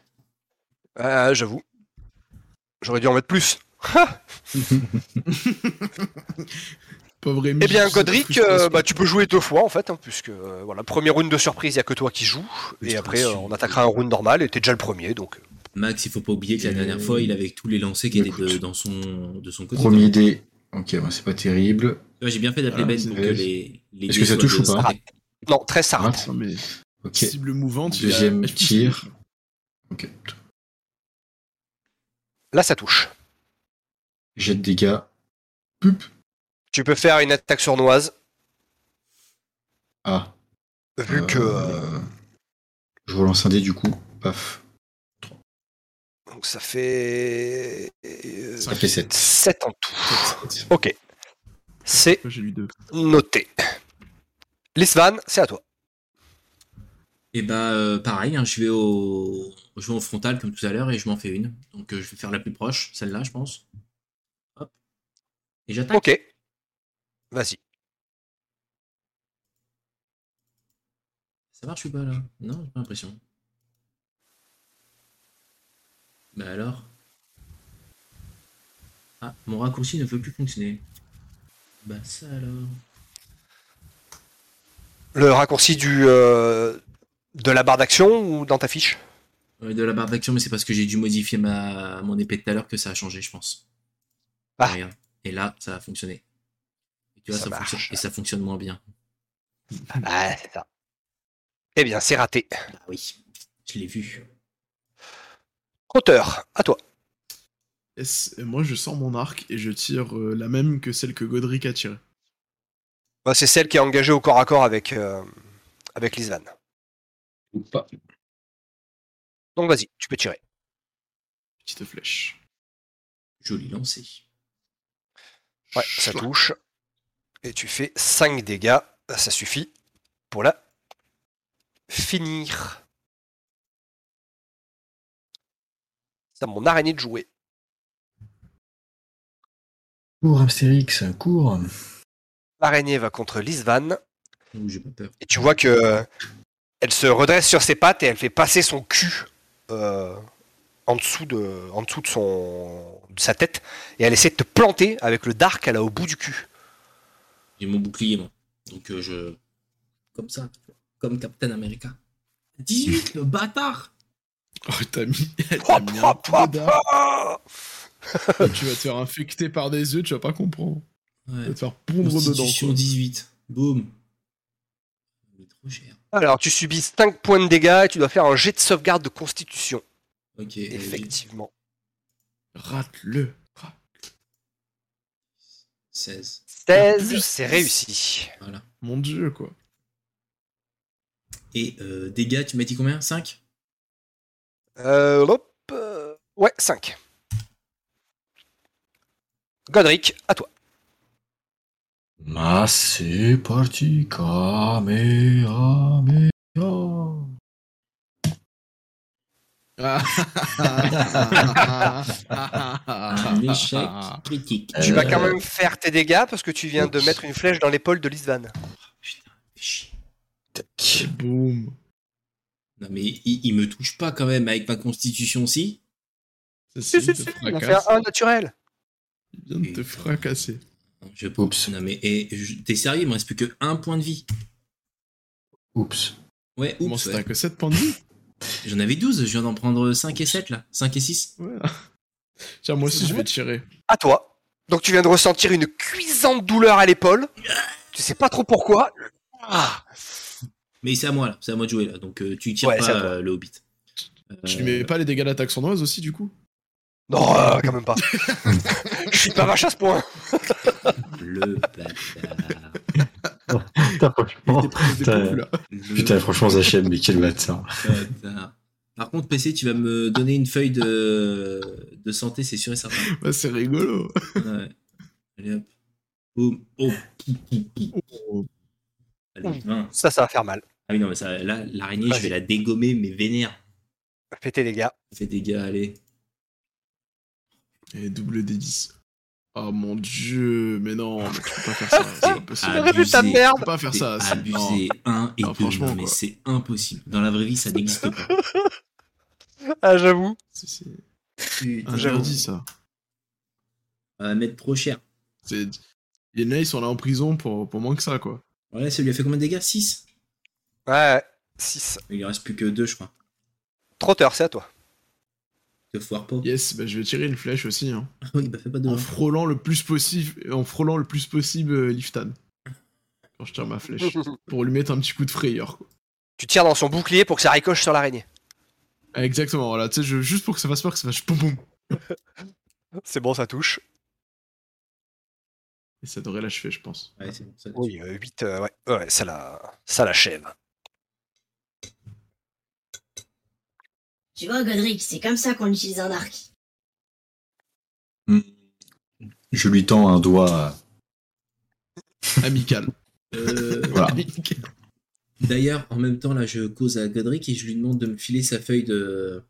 [SPEAKER 1] Euh, J'avoue. J'aurais dû en mettre plus.
[SPEAKER 4] Pauvre Amy.
[SPEAKER 1] Eh bien,
[SPEAKER 4] toute cette
[SPEAKER 1] Godric,
[SPEAKER 4] frustration.
[SPEAKER 1] euh, bah, tu peux jouer deux fois en fait, hein, puisque euh, voilà, premier round de surprise, il n'y a que toi qui joues. Et après, euh, on attaquera un round normal et t'es déjà le premier. donc. euh,
[SPEAKER 3] Max, il faut pas oublier que la
[SPEAKER 2] Euh,
[SPEAKER 3] dernière fois, il avait tous les lancers qui étaient
[SPEAKER 2] écoute.
[SPEAKER 3] de- dans son, de son côté.
[SPEAKER 2] Premier dé. Ok, bah, c'est pas terrible.
[SPEAKER 3] Tu vois, J'ai bien fait d'appeler
[SPEAKER 4] Ah,
[SPEAKER 3] Ben
[SPEAKER 4] c'est
[SPEAKER 3] pour que
[SPEAKER 2] vrai.
[SPEAKER 3] les. les
[SPEAKER 2] Est-ce
[SPEAKER 3] dés
[SPEAKER 2] que ça
[SPEAKER 3] soient
[SPEAKER 2] touche
[SPEAKER 3] de
[SPEAKER 2] ou pas
[SPEAKER 3] santé.
[SPEAKER 1] Non, très ça rate.
[SPEAKER 2] Rate.
[SPEAKER 4] Non, mais
[SPEAKER 2] Ok.
[SPEAKER 4] cible mouvante. il a-
[SPEAKER 2] Deuxième tir. Ok.
[SPEAKER 1] Là, ça touche.
[SPEAKER 2] Jet de dégâts. Poup.
[SPEAKER 1] Tu peux faire une attaque sournoise,
[SPEAKER 2] Ah.
[SPEAKER 1] vu
[SPEAKER 2] euh,
[SPEAKER 1] que. euh,
[SPEAKER 2] Je relance un dé du coup. Paf.
[SPEAKER 1] Donc ça fait.
[SPEAKER 2] Ça fait 7.
[SPEAKER 1] 7 en tout. Ok. C'est
[SPEAKER 4] Pourquoi J'ai eu deux.
[SPEAKER 1] noté. Lisvan, c'est à toi.
[SPEAKER 3] Et bah euh, pareil, hein, je vais au je vais au frontal comme tout à l'heure et je m'en fais une. Donc euh, je vais faire la plus proche, celle-là je pense. Hop. Et j'attaque.
[SPEAKER 1] Ok. Vas-y.
[SPEAKER 3] Ça marche ou pas là Non, j'ai pas l'impression. Bah alors Ah, mon raccourci ne veut plus fonctionner. Bah ça alors.
[SPEAKER 1] Le raccourci du euh, de la barre d'action ou dans ta fiche
[SPEAKER 3] Ouais, de la barre d'action, mais c'est parce que j'ai dû modifier ma mon épée de tout à l'heure que ça a changé, je pense.
[SPEAKER 1] Ah.
[SPEAKER 3] Regarde. Et là, ça a fonctionné. Et tu vois,
[SPEAKER 1] Ça
[SPEAKER 3] ça fonctionne-
[SPEAKER 1] marche.
[SPEAKER 3] Et ça fonctionne moins bien.
[SPEAKER 1] Ah, c'est ça. Eh bien, c'est raté.
[SPEAKER 3] Bah oui, je l'ai vu.
[SPEAKER 1] Auteur, à toi.
[SPEAKER 4] Est-ce- Moi, je sors mon arc et je tire euh, la même que celle que Godric a tirée.
[SPEAKER 1] Bah, c'est celle qui est engagée au corps à corps avec, euh, avec Lisvan.
[SPEAKER 2] Ou pas.
[SPEAKER 1] Donc vas-y, tu peux tirer.
[SPEAKER 4] Petite flèche.
[SPEAKER 3] Joli lancé.
[SPEAKER 1] Ouais, ça touche. Et tu fais 5 dégâts. Ça suffit pour la finir. C'est à mon araignée de jouer.
[SPEAKER 2] Cours, Amstérix, cours.
[SPEAKER 1] L'araignée va contre Lisvan.
[SPEAKER 3] Donc j'ai pas peur.
[SPEAKER 1] Et tu vois que euh, elle se redresse sur ses pattes et elle fait passer son cul euh, en dessous, de, en dessous de, son, de sa tête. Et elle essaie de te planter avec le dard qu'elle a au bout du cul.
[SPEAKER 3] J'ai mon bouclier, moi. Donc euh, je. Comme ça, comme Captain America. 18, le bâtard
[SPEAKER 4] Oh, t'as mis.
[SPEAKER 1] Oh,
[SPEAKER 4] t'as mis un
[SPEAKER 1] oh,
[SPEAKER 4] coup
[SPEAKER 1] oh,
[SPEAKER 4] de dard.
[SPEAKER 1] oh
[SPEAKER 4] Et tu vas te faire infecter par des œufs, tu vas pas comprendre. Tu
[SPEAKER 3] Ouais.
[SPEAKER 4] vas te faire pondre dedans.
[SPEAKER 3] Constitution 18. Boum. Il est trop cher.
[SPEAKER 1] Alors, tu subis 5 points de dégâts et tu dois faire un jet de sauvegarde de constitution.
[SPEAKER 3] Ok. euh,
[SPEAKER 1] Effectivement.
[SPEAKER 4] quoi. Rate-le. Ah,
[SPEAKER 3] 16.
[SPEAKER 1] 16, c'est réussi.
[SPEAKER 3] Voilà.
[SPEAKER 4] Mon dieu, quoi.
[SPEAKER 3] Et euh, dégâts, tu m'as dit combien 5
[SPEAKER 1] Euh, hop, euh, ouais, 5. Godric, à toi.
[SPEAKER 2] Ah, c'est parti, Kamehameha.
[SPEAKER 1] Ah,
[SPEAKER 3] Un échec critique.
[SPEAKER 1] Tu
[SPEAKER 2] Euh,
[SPEAKER 1] vas quand même faire tes dégâts parce que tu viens de mettre une flèche dans l'épaule de Lisvan.
[SPEAKER 3] Putain, fais chier.
[SPEAKER 2] Tac.
[SPEAKER 4] Boum.
[SPEAKER 3] Non mais il, il me touche pas quand même avec ma constitution si
[SPEAKER 4] Ça,
[SPEAKER 1] Si,
[SPEAKER 4] c'est
[SPEAKER 1] si, si,
[SPEAKER 4] te
[SPEAKER 1] il va
[SPEAKER 4] fracasse.
[SPEAKER 1] faire un naturel.
[SPEAKER 4] Il vient de te fracasser.
[SPEAKER 3] Je
[SPEAKER 2] Oups.
[SPEAKER 3] Non mais et, je- t'es sérieux, il me reste plus que un point de vie.
[SPEAKER 2] Oups.
[SPEAKER 3] Ouais,
[SPEAKER 4] Comment
[SPEAKER 3] oups,
[SPEAKER 4] ça,
[SPEAKER 3] ouais.
[SPEAKER 4] t'as que 7 points de vie
[SPEAKER 3] J'en avais 12, je viens d'en prendre 5 et 7 là. 5 et 6.
[SPEAKER 4] Ouais. Tiens, moi aussi,
[SPEAKER 1] C'est
[SPEAKER 4] je vais tirer.
[SPEAKER 1] À toi. Donc tu viens de ressentir une cuisante douleur à l'épaule. Tu sais pas trop pourquoi. Ah,
[SPEAKER 3] Mais c'est à moi là, c'est à moi de jouer là. Donc euh, tu tires
[SPEAKER 1] Ouais, c'est à
[SPEAKER 3] pas
[SPEAKER 1] toi.
[SPEAKER 3] euh, le hobbit.
[SPEAKER 4] Tu
[SPEAKER 3] Euh,
[SPEAKER 4] lui mets pas les dégâts d'attaque sournoise aussi, du coup
[SPEAKER 1] non, euh, quand même pas. Je suis pas vache à ce point.
[SPEAKER 3] Euh, Le bâtard.
[SPEAKER 2] Putain,
[SPEAKER 4] Il
[SPEAKER 2] franchement.
[SPEAKER 4] était prêt dès le début, là.
[SPEAKER 3] Le
[SPEAKER 2] Oh, Putain, franchement, Zachem, mais quel bâtard.
[SPEAKER 3] bâtard. Par contre, PC, tu vas me donner une feuille de, de santé, c'est sûr et certain. Ah,
[SPEAKER 4] Bah, c'est rigolo.
[SPEAKER 3] Ouais. Allez hop. Boum. Oh. Qui, qui, qui. Allez, vingt.
[SPEAKER 1] Ça, ça va faire mal.
[SPEAKER 3] Ah oui, non, mais ça, là, l'araignée, je
[SPEAKER 1] Vas-y.
[SPEAKER 3] vais la dégommer, mais vénère.
[SPEAKER 1] Fais tes dégâts.
[SPEAKER 3] Fais des dégâts, allez.
[SPEAKER 4] Et double D10. Oh mon dieu, mais non, mais tu peux pas faire ça. C'est
[SPEAKER 3] Ah,
[SPEAKER 4] impossible.
[SPEAKER 3] ah,
[SPEAKER 1] J'aurais vu ta
[SPEAKER 3] Abusé.
[SPEAKER 1] merde.
[SPEAKER 4] Tu peux pas faire
[SPEAKER 3] C'est
[SPEAKER 4] Ah, ça. c'est- non.
[SPEAKER 3] Abusé 1 et
[SPEAKER 4] Non,
[SPEAKER 3] 2,
[SPEAKER 4] franchement,
[SPEAKER 3] mais
[SPEAKER 4] quoi.
[SPEAKER 3] c'est impossible. Dans la vraie vie, ça n'existe pas.
[SPEAKER 1] Ah, j'avoue.
[SPEAKER 4] C'est- c'est
[SPEAKER 3] Putain,
[SPEAKER 4] interdit, ça.
[SPEAKER 3] on va mettre trop cher.
[SPEAKER 4] C'est- Les nains, ils sont là en prison pour, pour moins que ça, quoi.
[SPEAKER 3] Ouais, ça lui a fait combien de dégâts 6
[SPEAKER 1] Ouais, 6.
[SPEAKER 3] Il en reste plus que 2, je crois.
[SPEAKER 1] Trotteur, c'est à toi.
[SPEAKER 3] Te foire pas.
[SPEAKER 4] Yes, bah, je vais tirer une flèche aussi, hein.
[SPEAKER 3] Ah oui, bah fais pas de.
[SPEAKER 4] en frôlant le plus possible, en frôlant le plus possible euh, Liftan. Quand je tire ma flèche, pour lui mettre un petit coup de frayeur. quoi.
[SPEAKER 1] tu tires dans son bouclier pour que ça ricoche sur l'araignée.
[SPEAKER 4] Ah, Exactement, voilà, tu sais, je- juste pour que ça fasse peur, que ça fasse boum boum.
[SPEAKER 1] C'est bon, ça touche.
[SPEAKER 4] Et ça devrait l'achever, je pense.
[SPEAKER 3] Ouais, c'est bon, ça.
[SPEAKER 1] Oui, 8, ouais. Ouais, ça la- ça l'achève.
[SPEAKER 5] Tu vois, Godric, c'est comme ça qu'on utilise un arc.
[SPEAKER 2] Je lui tends un doigt.
[SPEAKER 4] Amical.
[SPEAKER 3] Euh,
[SPEAKER 2] Voilà.
[SPEAKER 4] Amical.
[SPEAKER 3] D'ailleurs, en même temps, là, je cause à Godric et je lui demande de me filer sa feuille de.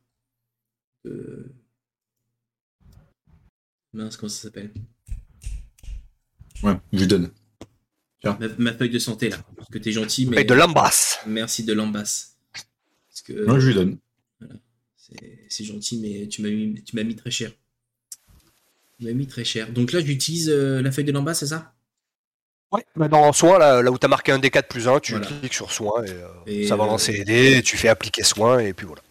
[SPEAKER 3] de- Mince, comment ça s'appelle
[SPEAKER 2] Ouais, je lui donne.
[SPEAKER 3] ma, ma feuille de santé, là. Parce que t'es gentil, mais.
[SPEAKER 1] Et de l'ambasse.
[SPEAKER 3] Merci de l'ambasse. Parce que
[SPEAKER 2] Ouais, je lui donne.
[SPEAKER 3] c'est- c'est gentil, mais tu m'as mis, tu m'as mis très cher. Tu m'as mis très cher. Donc là, j'utilise euh, la feuille de l'ambasse, c'est ça
[SPEAKER 1] Ouais, bah dans soin, là, là où t'as marqué un D4 plus 1, tu
[SPEAKER 3] Voilà.
[SPEAKER 1] cliques sur soin et, euh,
[SPEAKER 3] Et,
[SPEAKER 1] ça va
[SPEAKER 3] euh,
[SPEAKER 1] lancer les dés, et tu fais appliquer soin et puis voilà.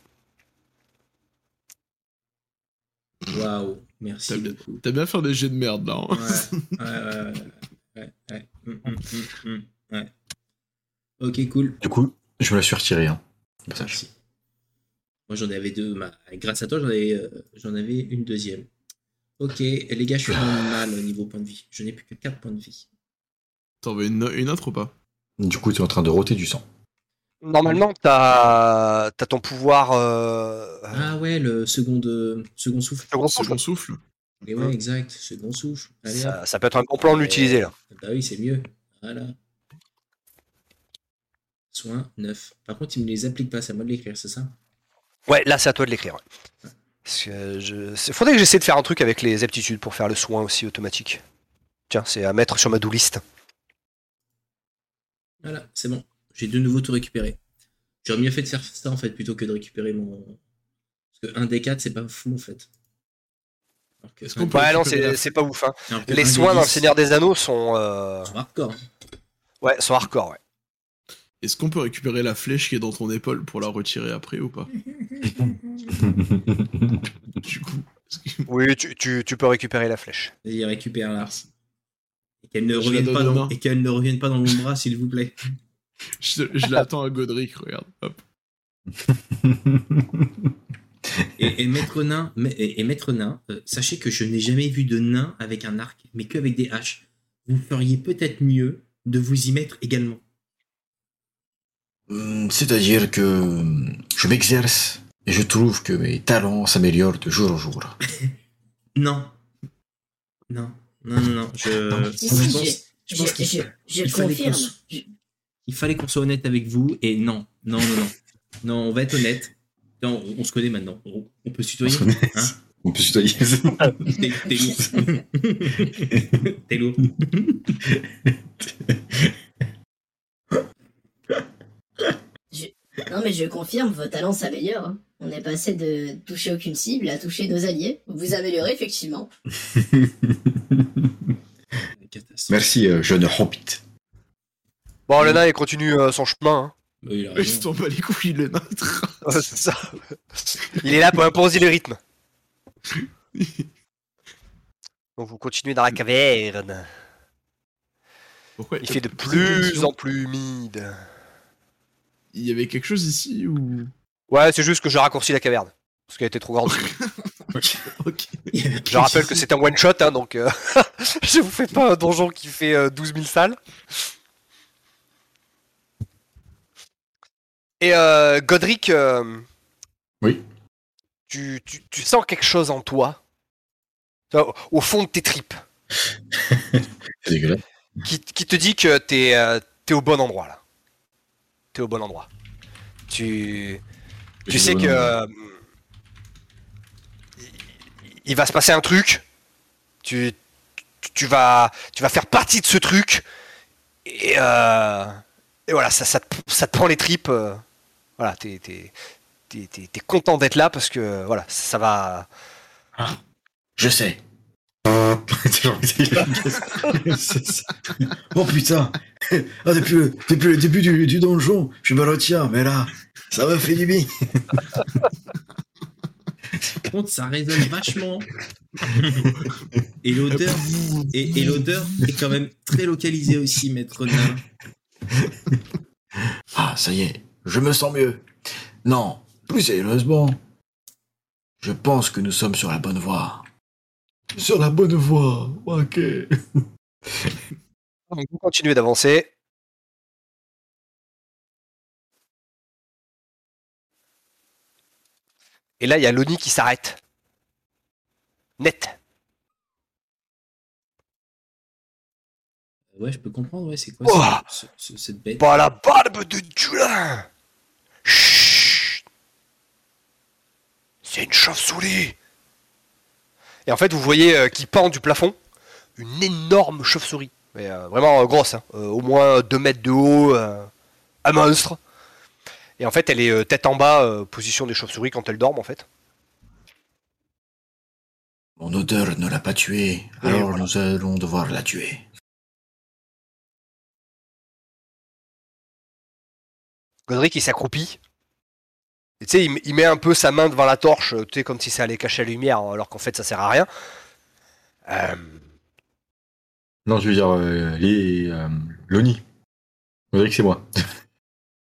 [SPEAKER 3] Waouh, merci
[SPEAKER 4] T'as bien-
[SPEAKER 3] beaucoup.
[SPEAKER 4] T'as bien fait des jets de merde là.
[SPEAKER 3] Ouais,
[SPEAKER 4] hein.
[SPEAKER 3] ouais, ouais, ouais, ouais, ouais. Mm, mm, mm, mm, ouais. Ok, cool.
[SPEAKER 2] Du coup, je me la suis retirée. Hein. au passage.
[SPEAKER 3] Merci. Moi, j'en avais deux. ma- Grâce à toi, j'en avais, euh, j'en avais une deuxième. Ok, les gars, je suis dans le mal au niveau point de vie. Je n'ai plus que 4 points de vie.
[SPEAKER 4] T'en veux une, une autre ou pas
[SPEAKER 2] Du coup, t'es en train de roter du sang.
[SPEAKER 1] Normalement, t'as as ton pouvoir. euh,
[SPEAKER 3] Ah ouais, le second, de- second souffle.
[SPEAKER 1] second
[SPEAKER 4] Second
[SPEAKER 1] souffle.
[SPEAKER 4] souffle
[SPEAKER 3] Et ouais, exact, second souffle. Allez, hop.
[SPEAKER 1] Ça, ça peut être un bon plan de l'utiliser là.
[SPEAKER 3] Bah oui, c'est mieux. Voilà. Soin 9. Par contre, il me les applique pas, c'est à moi de l'écrire, c'est ça
[SPEAKER 1] Ouais, là c'est à toi de l'écrire. ouais. Parce que je... c'est- Faudrait que j'essaie de faire un truc avec les aptitudes pour faire le soin aussi automatique. Tiens, c'est à mettre sur ma do list.
[SPEAKER 3] Voilà, c'est bon. J'ai de nouveau tout récupéré. J'aurais mieux fait de faire ça en fait plutôt que de récupérer mon. Parce que 1 des 4, c'est pas fou en fait. Alors que
[SPEAKER 4] Est-ce
[SPEAKER 3] un-
[SPEAKER 4] qu'on peut-
[SPEAKER 1] Ouais,
[SPEAKER 4] tu
[SPEAKER 1] non,
[SPEAKER 4] peux
[SPEAKER 1] c'est
[SPEAKER 4] la-
[SPEAKER 1] c'est pas ouf. hein.
[SPEAKER 3] alors que un
[SPEAKER 1] Les
[SPEAKER 3] des
[SPEAKER 1] soins dans le
[SPEAKER 3] 10,
[SPEAKER 1] Seigneur des Anneaux sont, euh,
[SPEAKER 3] sont hardcore. hein.
[SPEAKER 1] ouais, sont hardcore. Ouais.
[SPEAKER 4] Est-ce qu'on peut récupérer la flèche qui est dans ton épaule pour la retirer après ou pas Du coup. parce que-
[SPEAKER 1] Oui, tu, tu- tu peux récupérer la flèche.
[SPEAKER 3] Vas-y, récupère là.
[SPEAKER 4] Merci.
[SPEAKER 3] Et qu'elle ne,
[SPEAKER 4] Je la
[SPEAKER 3] revienne
[SPEAKER 4] donne
[SPEAKER 3] pas
[SPEAKER 4] aux
[SPEAKER 3] dans...
[SPEAKER 4] mains.
[SPEAKER 3] et qu'elle ne revienne pas dans l'ombra, s'il vous plaît.
[SPEAKER 4] Je, je l'attends à Godric, regarde. Hop.
[SPEAKER 3] Et, et maître nain, mais- et, et maître nain euh, sachez que je n'ai jamais vu de nain avec un arc, mais que avec des haches. Vous feriez peut-être mieux de vous y mettre également.
[SPEAKER 2] Hum, C'est-à-dire que hum, je m'exerce et je trouve que mes talents s'améliorent de jour en jour.
[SPEAKER 3] Non. Non. Non, non, non. Je, je
[SPEAKER 5] Si, si,
[SPEAKER 3] pense, je pense
[SPEAKER 5] Je,
[SPEAKER 3] qu'il
[SPEAKER 5] je, je
[SPEAKER 3] il fallait qu'on
[SPEAKER 5] confirme.
[SPEAKER 3] se-
[SPEAKER 5] Je-
[SPEAKER 3] il fallait qu'on soit honnête avec vous et non. Non, non, non. Non, on va être honnête. Non, on, on se connaît maintenant. On, on peut se tutoyer. Hein
[SPEAKER 2] On peut se tailler.
[SPEAKER 3] T'es t'es lourd. T'es lourd.
[SPEAKER 5] Non, mais je confirme, vos talents s'améliorent. hein. On est passé de toucher aucune cible à toucher nos alliés. Vous vous améliorez, effectivement.
[SPEAKER 3] Catastrophe.
[SPEAKER 2] Merci, euh, jeune Hobbit.
[SPEAKER 1] Bon,
[SPEAKER 3] Mmh.
[SPEAKER 1] le nain, il continue euh, son chemin.
[SPEAKER 3] Bah, il a
[SPEAKER 4] Il se
[SPEAKER 3] raison.
[SPEAKER 4] tombe pas les couilles, le nain.
[SPEAKER 1] hein. C'est ça. Il est là pour imposer le rythme. Donc vous continuez dans la caverne.
[SPEAKER 4] Pourquoi
[SPEAKER 1] Il fait de plus en plus humide.
[SPEAKER 4] Il y avait quelque chose ici ou.
[SPEAKER 1] Ouais, c'est juste que j'ai raccourci la caverne. Parce qu'elle était trop grande.
[SPEAKER 4] Ok.
[SPEAKER 1] Je rappelle que c'est un one shot, hein, donc euh, je vous fais pas un donjon qui fait euh, 12 000 salles. Et euh, Godric, euh,
[SPEAKER 2] Oui.
[SPEAKER 1] tu, tu- tu sens quelque chose en toi, au- au fond de tes tripes,
[SPEAKER 2] C'est dégueulasse.
[SPEAKER 1] qui, qui te dit que t'es euh, t'es au bon endroit là. T'es au bon endroit. Tu, tu sais que euh, il- il va se passer un truc. Tu, tu- tu vas tu vas faire partie de ce truc et, euh, et voilà ça, ça, te, ça te prend les tripes. euh, voilà t'es t'es- t'es- t'es- t'es content d'être là parce que voilà ça va.
[SPEAKER 2] Je sais. C'est genre- C'est ça. oh putain Ah, depuis, le, depuis le début du, du donjon, je me retiens, mais là, ça m'a fait du bien.
[SPEAKER 3] Par contre, ça résonne vachement. Et l'odeur, et, et l'odeur est quand même très localisée aussi, maître nain.
[SPEAKER 2] Ah, ça y est, je me sens mieux. Non, plus sérieusement, je pense que nous sommes sur la bonne voie. Sur la bonne voie, ok.
[SPEAKER 1] Donc vous continuez d'avancer. Et là, il y a Loni qui s'arrête. Net.
[SPEAKER 3] Ouais, je peux comprendre, ouais, c'est quoi
[SPEAKER 1] Ouah.
[SPEAKER 3] ce- ce- ce- cette bête
[SPEAKER 1] Pas la barbe de Julin Chut C'est une chauve-souris Et en fait, vous voyez euh, qui pend du plafond une énorme chauve-souris. Mais euh, vraiment euh, grosse, hein. Euh, au moins 2 mètres de haut, euh, un monstre. Et en fait, elle est euh, tête en bas, euh, position des chauves-souris quand elles dorment en fait.
[SPEAKER 2] Mon odeur ne l'a pas tuée,
[SPEAKER 1] Oui,
[SPEAKER 2] alors
[SPEAKER 1] voilà.
[SPEAKER 2] nous allons devoir la tuer.
[SPEAKER 1] Godric il s'accroupit. Et tu sais, il, m- il met un peu sa main devant la torche, euh, tu sais, comme si ça allait cacher la lumière, alors qu'en fait ça sert à rien. Euh,
[SPEAKER 2] Non, je veux dire, euh, les. Loni. On dirait que c'est moi.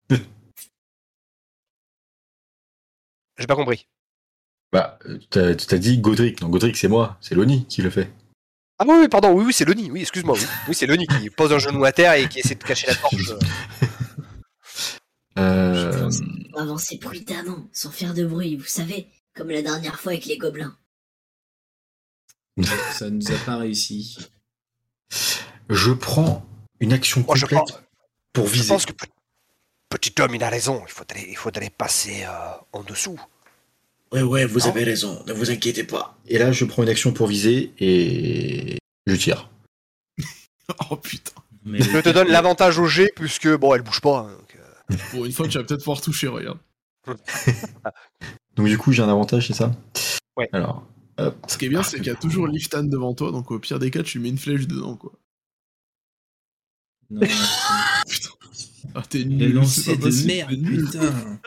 [SPEAKER 1] J'ai pas compris.
[SPEAKER 2] Bah, euh, tu t'as- tu t'as dit Godric. Non, Godric, c'est moi. C'est Loni qui le fait.
[SPEAKER 1] Ah oui, oui, pardon, oui, oui, c'est Loni, oui, excuse-moi, oui, oui c'est Loni qui pose un genou à terre et qui essaie de cacher la torche.
[SPEAKER 2] Euh,
[SPEAKER 5] On va avancer brutalement, sans faire de bruit, vous savez, comme la dernière fois avec les gobelins.
[SPEAKER 3] Ça ne nous a pas réussi.
[SPEAKER 2] je prends une action
[SPEAKER 1] Moi, Oh, je
[SPEAKER 2] complète
[SPEAKER 1] pense-
[SPEAKER 2] pour
[SPEAKER 1] Je
[SPEAKER 2] viser.
[SPEAKER 1] pense que pe- petit homme, il a raison, il faut aller, il faut aller passer euh, en dessous.
[SPEAKER 2] Ouais, ouais, vous
[SPEAKER 1] Non.
[SPEAKER 2] avez raison. Ne vous inquiétez pas. Et là, je prends une action pour viser et je tire.
[SPEAKER 4] Oh putain.
[SPEAKER 3] Mais
[SPEAKER 1] Je te donne l'avantage au G, puisque, bon, elle bouge pas. hein, donc, euh,
[SPEAKER 4] Pour une fois, tu vas peut-être pouvoir toucher, regarde.
[SPEAKER 2] Donc, du coup, j'ai un avantage, c'est ça
[SPEAKER 1] Ouais.
[SPEAKER 2] Alors, hop.
[SPEAKER 4] Ce qui est bien, c'est qu'il y a toujours Liftan devant toi, donc au pire des cas, tu mets une flèche dedans, quoi.
[SPEAKER 3] Non, putain.
[SPEAKER 4] Ah, t'es
[SPEAKER 3] Le
[SPEAKER 4] nul. c'est
[SPEAKER 3] lancer
[SPEAKER 4] pas
[SPEAKER 3] de
[SPEAKER 4] possible,
[SPEAKER 3] merde,
[SPEAKER 4] t'es nul.
[SPEAKER 3] putain.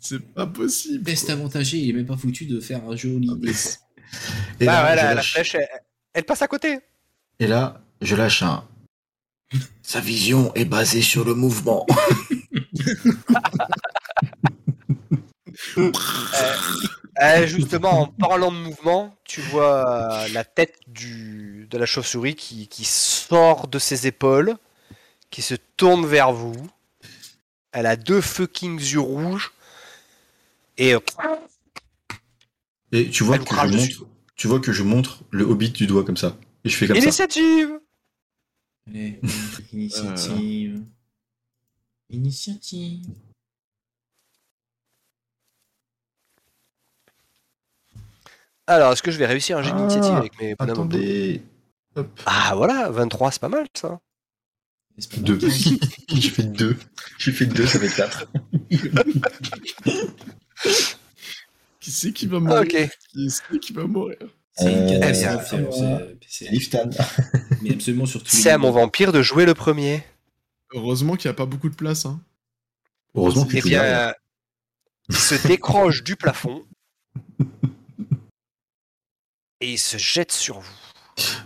[SPEAKER 4] C'est pas possible. quoi.
[SPEAKER 3] Test avantagé, il est même pas foutu de faire un joli.
[SPEAKER 4] Ah, mais c'est-
[SPEAKER 2] Et
[SPEAKER 1] bah,
[SPEAKER 2] là,
[SPEAKER 1] ouais,
[SPEAKER 2] je
[SPEAKER 1] la, la
[SPEAKER 2] lâche-
[SPEAKER 1] flèche, elle, elle passe à côté.
[SPEAKER 2] Et là, je lâche un. Sa vision est basée sur le mouvement.
[SPEAKER 1] Euh, justement, en parlant de mouvement, tu vois euh, la tête du, de la chauve-souris qui, qui sort de ses épaules, qui se tourne vers vous. Elle a deux fucking yeux rouges. Et euh,
[SPEAKER 2] Et tu vois,
[SPEAKER 1] Elle vous
[SPEAKER 2] que
[SPEAKER 1] crache
[SPEAKER 2] je
[SPEAKER 1] dessus.
[SPEAKER 2] montre, tu vois que je montre le hobbit du doigt comme ça. Et je fais comme ça.
[SPEAKER 1] initiative
[SPEAKER 3] Allez, initiative. Initiative.
[SPEAKER 1] Alors, est-ce que je vais réussir un jet
[SPEAKER 2] Ah,
[SPEAKER 1] d'initiative avec mes bonhommes
[SPEAKER 2] Attendez.
[SPEAKER 1] Ah voilà, 23, c'est pas mal ça.
[SPEAKER 3] C'est pas
[SPEAKER 2] Deux.
[SPEAKER 3] mal.
[SPEAKER 2] J'ai fait deux. J'ai fait deux, ça fait quatre.
[SPEAKER 4] Qui c'est qui va
[SPEAKER 1] Ah,
[SPEAKER 4] mourir
[SPEAKER 1] ok.
[SPEAKER 4] Qui c'est qui va mourir
[SPEAKER 3] C'est une
[SPEAKER 2] Euh,
[SPEAKER 3] catastrophe.
[SPEAKER 2] eh bien,
[SPEAKER 3] alors, c'est- c'est-
[SPEAKER 2] Liftan.
[SPEAKER 3] Mais absolument sur tous les
[SPEAKER 1] C'est à mon
[SPEAKER 3] niveaux.
[SPEAKER 1] vampire de jouer le premier.
[SPEAKER 4] Heureusement qu'il n'y a pas beaucoup de place, hein.
[SPEAKER 2] Heureusement que
[SPEAKER 1] Eh
[SPEAKER 2] je suis derrière.
[SPEAKER 1] bien, il se décroche du plafond. Et il se jette sur vous.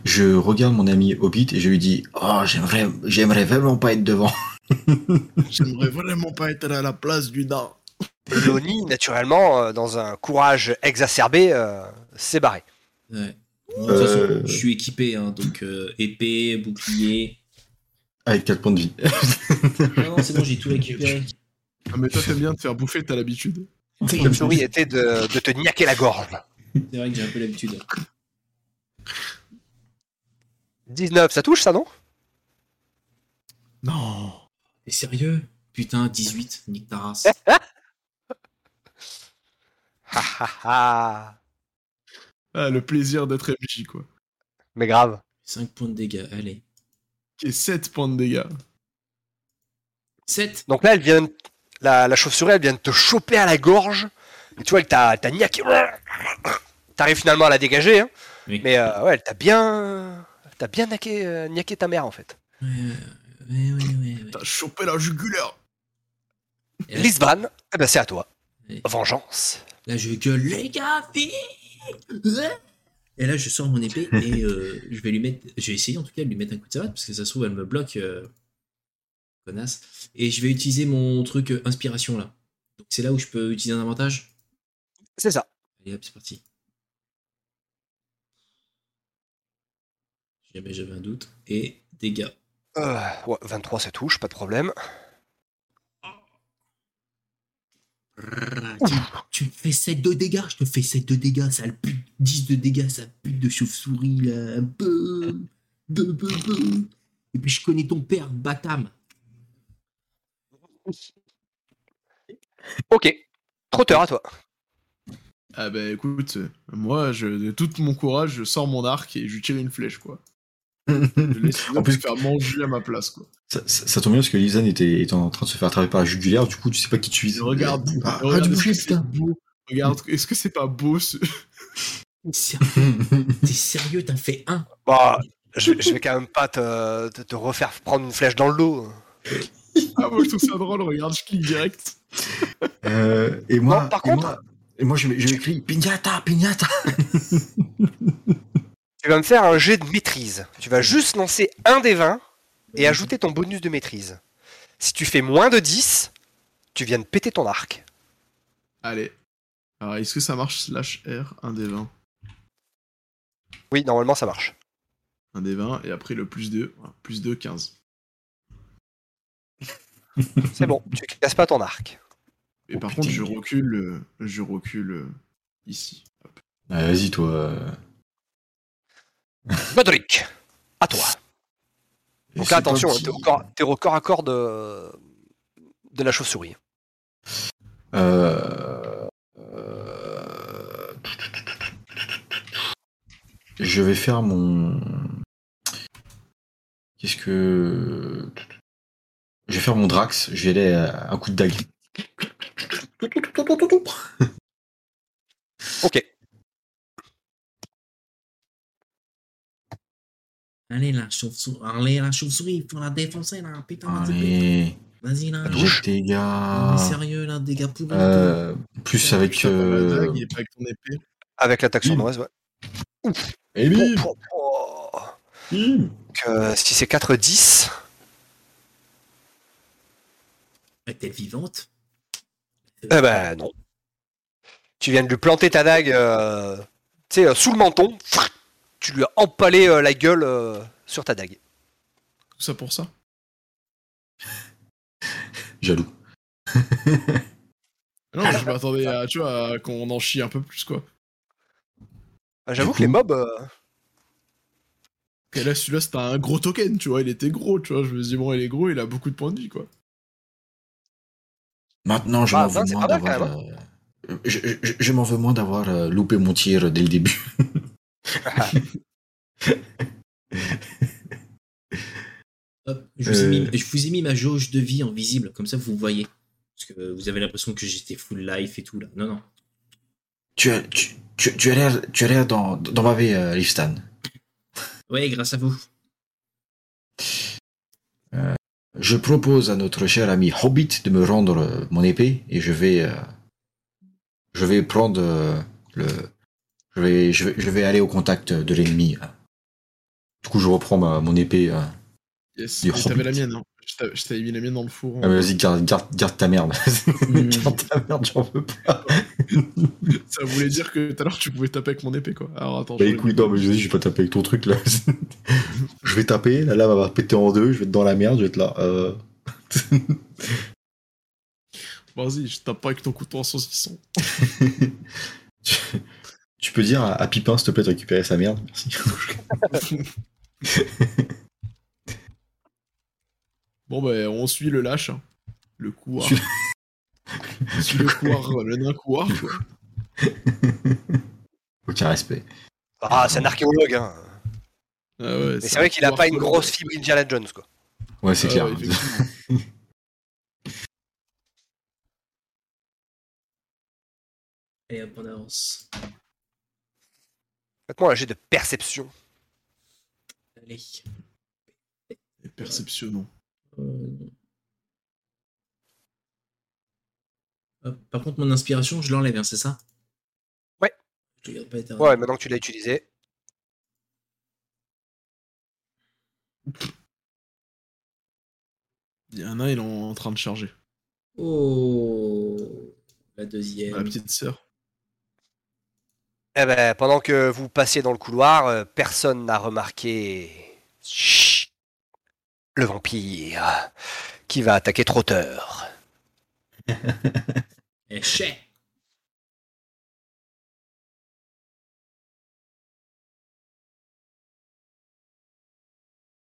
[SPEAKER 2] Je regarde mon ami Hobbit et je lui dis Oh, j'aimerais, j'aimerais vraiment pas être devant.
[SPEAKER 4] J'aimerais vraiment pas être à la place du nain.
[SPEAKER 1] Loni, naturellement, euh, dans un courage exacerbé, euh, s'est barré.
[SPEAKER 3] Ouais. De toute façon,
[SPEAKER 2] Euh.
[SPEAKER 3] je suis équipé, hein, donc euh, épée, bouclier.
[SPEAKER 2] Avec quatre points de vie.
[SPEAKER 3] Non, c'est bon, j'ai tout récupéré.
[SPEAKER 4] Ah, mais toi, t'aimes bien te faire bouffer, t'as l'habitude.
[SPEAKER 1] Le souris était de, de te niaquer la gorge.
[SPEAKER 3] C'est vrai que j'ai un peu l'habitude.
[SPEAKER 1] 19, ça touche ça, non
[SPEAKER 4] Non.
[SPEAKER 3] Mais sérieux Putain, 18, nique ta race.
[SPEAKER 1] Ha ha ha
[SPEAKER 4] Ah, le plaisir d'être MJ, quoi.
[SPEAKER 1] Mais grave.
[SPEAKER 3] 5 points de dégâts, allez.
[SPEAKER 4] Qui est 7 points de dégâts.
[SPEAKER 3] 7
[SPEAKER 1] Donc là, elle vient, de- la, la chauve-souris, elle vient de te choper à la gorge. Et tu vois, elle t'a t'a niaqué. T'arrives finalement à la dégager. hein.
[SPEAKER 3] Oui.
[SPEAKER 1] Mais euh, ouais, elle t'a bien. elle t'a bien naqué, euh, niaqué ta mère, en fait.
[SPEAKER 3] Ouais, ouais, ouais, ouais, ouais.
[SPEAKER 4] T'as chopé la jugulaire.
[SPEAKER 3] Et là,
[SPEAKER 1] Lisbane, eh ben, c'est à toi.
[SPEAKER 3] Oui.
[SPEAKER 1] Vengeance.
[SPEAKER 3] là, je gueule, les gars, vite Ouais Et là, je sors mon épée et euh, je vais lui mettre. Je vais essayer en tout cas de lui mettre un coup de savate parce que ça se trouve, elle me bloque. euh, Connasse. Et je vais utiliser mon truc euh, inspiration là. Donc c'est là où je peux utiliser un avantage
[SPEAKER 1] C'est ça.
[SPEAKER 3] Allez hop, c'est parti. Si jamais j'avais un doute. Et dégâts.
[SPEAKER 1] Euh, ouais, 23, ça touche, pas de problème.
[SPEAKER 3] Tu, tu me fais 7 de dégâts, je te fais 7 de dégâts, ça le pute. 10 de dégâts, ça pute de chauve-souris là. Beuh, beuh, beuh, beuh. Et puis je connais ton père, Batam.
[SPEAKER 1] Ok. Trotteur à toi.
[SPEAKER 4] Ah bah écoute, euh, moi, je, de tout mon courage, je sors mon arc et je lui tire une flèche, quoi. Je laisse
[SPEAKER 2] En
[SPEAKER 4] en
[SPEAKER 2] plus-
[SPEAKER 4] plus faire manger à ma place, quoi.
[SPEAKER 2] Ça, ça- ça tombe bien parce que Lisan était, était en train de se faire attraper par la jugulaire, du coup tu sais pas qui tu vises.
[SPEAKER 4] Et regarde,
[SPEAKER 2] Ah,
[SPEAKER 4] regarde,
[SPEAKER 2] arrête de
[SPEAKER 4] est-ce
[SPEAKER 2] bouger,
[SPEAKER 4] que c'est
[SPEAKER 2] putain.
[SPEAKER 4] beau Regarde, est-ce que c'est pas beau ce...
[SPEAKER 3] T'es sérieux- t'es sérieux, t'as fait 1.
[SPEAKER 1] Bah, je, je vais quand même pas te, te- te refaire prendre une flèche dans le dos.
[SPEAKER 4] Ah, moi, je trouve ça drôle, regarde, je clique direct.
[SPEAKER 2] Euh, et moi,
[SPEAKER 1] Non, par
[SPEAKER 2] et
[SPEAKER 1] contre-
[SPEAKER 2] moi, et moi, je, je crie Pignata, Pignata.
[SPEAKER 1] Tu vas me faire un jet de maîtrise. Tu vas juste lancer un des 20 et ajouter ton bonus de maîtrise. Si tu fais moins de 10, tu viens de péter ton arc.
[SPEAKER 4] Allez. Alors, est-ce que ça marche slash R 1 des 20
[SPEAKER 1] Oui, normalement ça marche.
[SPEAKER 4] 1 des 20 et après le plus 2, voilà, plus 2, 15.
[SPEAKER 1] C'est bon, tu casses pas ton arc.
[SPEAKER 4] Et
[SPEAKER 2] Oh,
[SPEAKER 4] par
[SPEAKER 2] putain.
[SPEAKER 4] contre, je recule, euh, je recule euh, ici. Hop.
[SPEAKER 2] Ah, Vas-y, toi. euh,
[SPEAKER 1] Modric, à toi.
[SPEAKER 4] Et
[SPEAKER 1] Donc
[SPEAKER 4] c'est
[SPEAKER 1] là,
[SPEAKER 4] toi
[SPEAKER 1] attention, hein,
[SPEAKER 4] qui-
[SPEAKER 1] t'es au, corps- t'es au corps à corps de, de la chauve-souris.
[SPEAKER 2] Euh... euh, Je vais faire mon. Qu'est-ce que. Je vais faire mon Drax, je vais aller à un coup de dague.
[SPEAKER 1] Ok.
[SPEAKER 3] Allez, la chauve-souris, allez, la chauve-souris, faut la défoncer, là, putain, vas-y,
[SPEAKER 2] Allez,
[SPEAKER 3] vas-y, là.
[SPEAKER 2] douche dégâts.
[SPEAKER 3] Mais sérieux, là, dégâts pourris.
[SPEAKER 2] Euh, plus avec.
[SPEAKER 4] Putain, pas mal
[SPEAKER 2] Euh...
[SPEAKER 4] dingue, il est pas avec ton épée.
[SPEAKER 1] Avec l'attaque
[SPEAKER 2] Bim.
[SPEAKER 1] sournoise, ouais.
[SPEAKER 2] Et
[SPEAKER 1] Pou,
[SPEAKER 2] bim,
[SPEAKER 1] pou, pou.
[SPEAKER 2] bim.
[SPEAKER 1] Donc, euh, si c'est 4, 10.
[SPEAKER 3] Est-elle vivante
[SPEAKER 1] Eh ben non. Tu viens de lui planter ta dague euh, tu sais, euh, sous le menton. Tu lui as empalé euh, la gueule euh, sur ta dague.
[SPEAKER 4] Tout ça pour ça
[SPEAKER 2] Jaloux.
[SPEAKER 4] Non,
[SPEAKER 2] Ah.
[SPEAKER 4] je m'attendais à, tu vois, à qu'on en chie un peu plus, quoi.
[SPEAKER 1] Ah, J'avoue
[SPEAKER 2] Du
[SPEAKER 1] que les
[SPEAKER 2] coup-
[SPEAKER 1] mobs. euh,
[SPEAKER 4] Et là, celui-là, c'était un gros token, tu vois, il était gros, tu vois. Je me dis, bon, il est gros, il a beaucoup de points de vie, quoi.
[SPEAKER 2] Maintenant, je
[SPEAKER 1] Ah,
[SPEAKER 2] m'en
[SPEAKER 1] ça,
[SPEAKER 2] veux
[SPEAKER 1] c'est
[SPEAKER 2] moins
[SPEAKER 1] pas mal,
[SPEAKER 2] d'avoir. euh, Je, je- je m'en veux moins d'avoir euh, loupé mon tir dès le début.
[SPEAKER 3] Hop, je, vous ai mis,
[SPEAKER 2] Euh.
[SPEAKER 3] je vous ai mis ma jauge de vie en visible, comme ça vous voyez. Parce que vous avez l'impression que j'étais full life et tout là. Non, non.
[SPEAKER 2] Tu as, tu, tu, tu as l'air, tu as l'air d'en, d'en baver, euh, Lifstan.
[SPEAKER 3] Ouais, grâce à vous.
[SPEAKER 2] Je propose à notre cher ami Hobbit de me rendre euh, mon épée et je vais, euh, je vais prendre euh, le, je vais, je vais, je vais aller au contact de l'ennemi. Du coup, je reprends ma, mon épée. euh.
[SPEAKER 4] Yes.
[SPEAKER 2] Il
[SPEAKER 4] Et
[SPEAKER 2] est
[SPEAKER 4] T'avais la
[SPEAKER 2] hobbit.
[SPEAKER 4] mienne, hein. Je t'avais- Je t'avais mis la mienne dans le four. hein.
[SPEAKER 2] Ah, mais vas-y, garde, garde, garde ta merde.
[SPEAKER 3] Mm.
[SPEAKER 2] garde ta merde, j'en veux pas.
[SPEAKER 4] Ça voulait dire que tout à l'heure, tu pouvais taper avec mon épée, quoi. Alors, attends.
[SPEAKER 2] Bah
[SPEAKER 4] je-
[SPEAKER 2] écoute, non, mais je je vais pas taper avec ton truc là. je vais taper, la lave va péter en deux, je vais être dans la merde, je vais être là. euh.
[SPEAKER 4] Vas-y, je tape pas avec ton couteau en saucisson.
[SPEAKER 2] tu, tu peux dire à, à Pipin, s'il te plaît, de récupérer sa merde Merci.
[SPEAKER 4] Bon, bah, on suit le lâche. hein. Le couard.
[SPEAKER 2] Suit-
[SPEAKER 4] On suit le couard, le nain couard, quoi.
[SPEAKER 2] Aucun respect.
[SPEAKER 1] Ah, c'est un archéologue. hein.
[SPEAKER 4] Ah ouais,
[SPEAKER 1] Mais c'est vrai qu'il a
[SPEAKER 4] couard
[SPEAKER 1] pas une
[SPEAKER 4] coloré.
[SPEAKER 1] grosse fibre Indiana Jones, quoi.
[SPEAKER 2] Ouais, c'est
[SPEAKER 4] Ah
[SPEAKER 2] clair.
[SPEAKER 4] ouais, effectivement.
[SPEAKER 3] Allez, hop, on euh, avance.
[SPEAKER 1] Faites-moi un jet de perception.
[SPEAKER 3] Allez.
[SPEAKER 4] Et Perceptionnant.
[SPEAKER 3] Euh. Hop, Par contre, mon inspiration, je l'enlève, hein, c'est ça
[SPEAKER 1] Ouais.
[SPEAKER 3] Je le garde pas éternellement.
[SPEAKER 1] Ouais, maintenant que tu l'as utilisé.
[SPEAKER 4] Il y en a un nain, il est en- en train de charger.
[SPEAKER 3] Oh La deuxième.
[SPEAKER 4] La petite sœur.
[SPEAKER 1] Eh ben, pendant que vous passez dans le couloir, euh, personne n'a remarqué Chut le vampire qui va attaquer Trotteur.
[SPEAKER 3] Eh, chais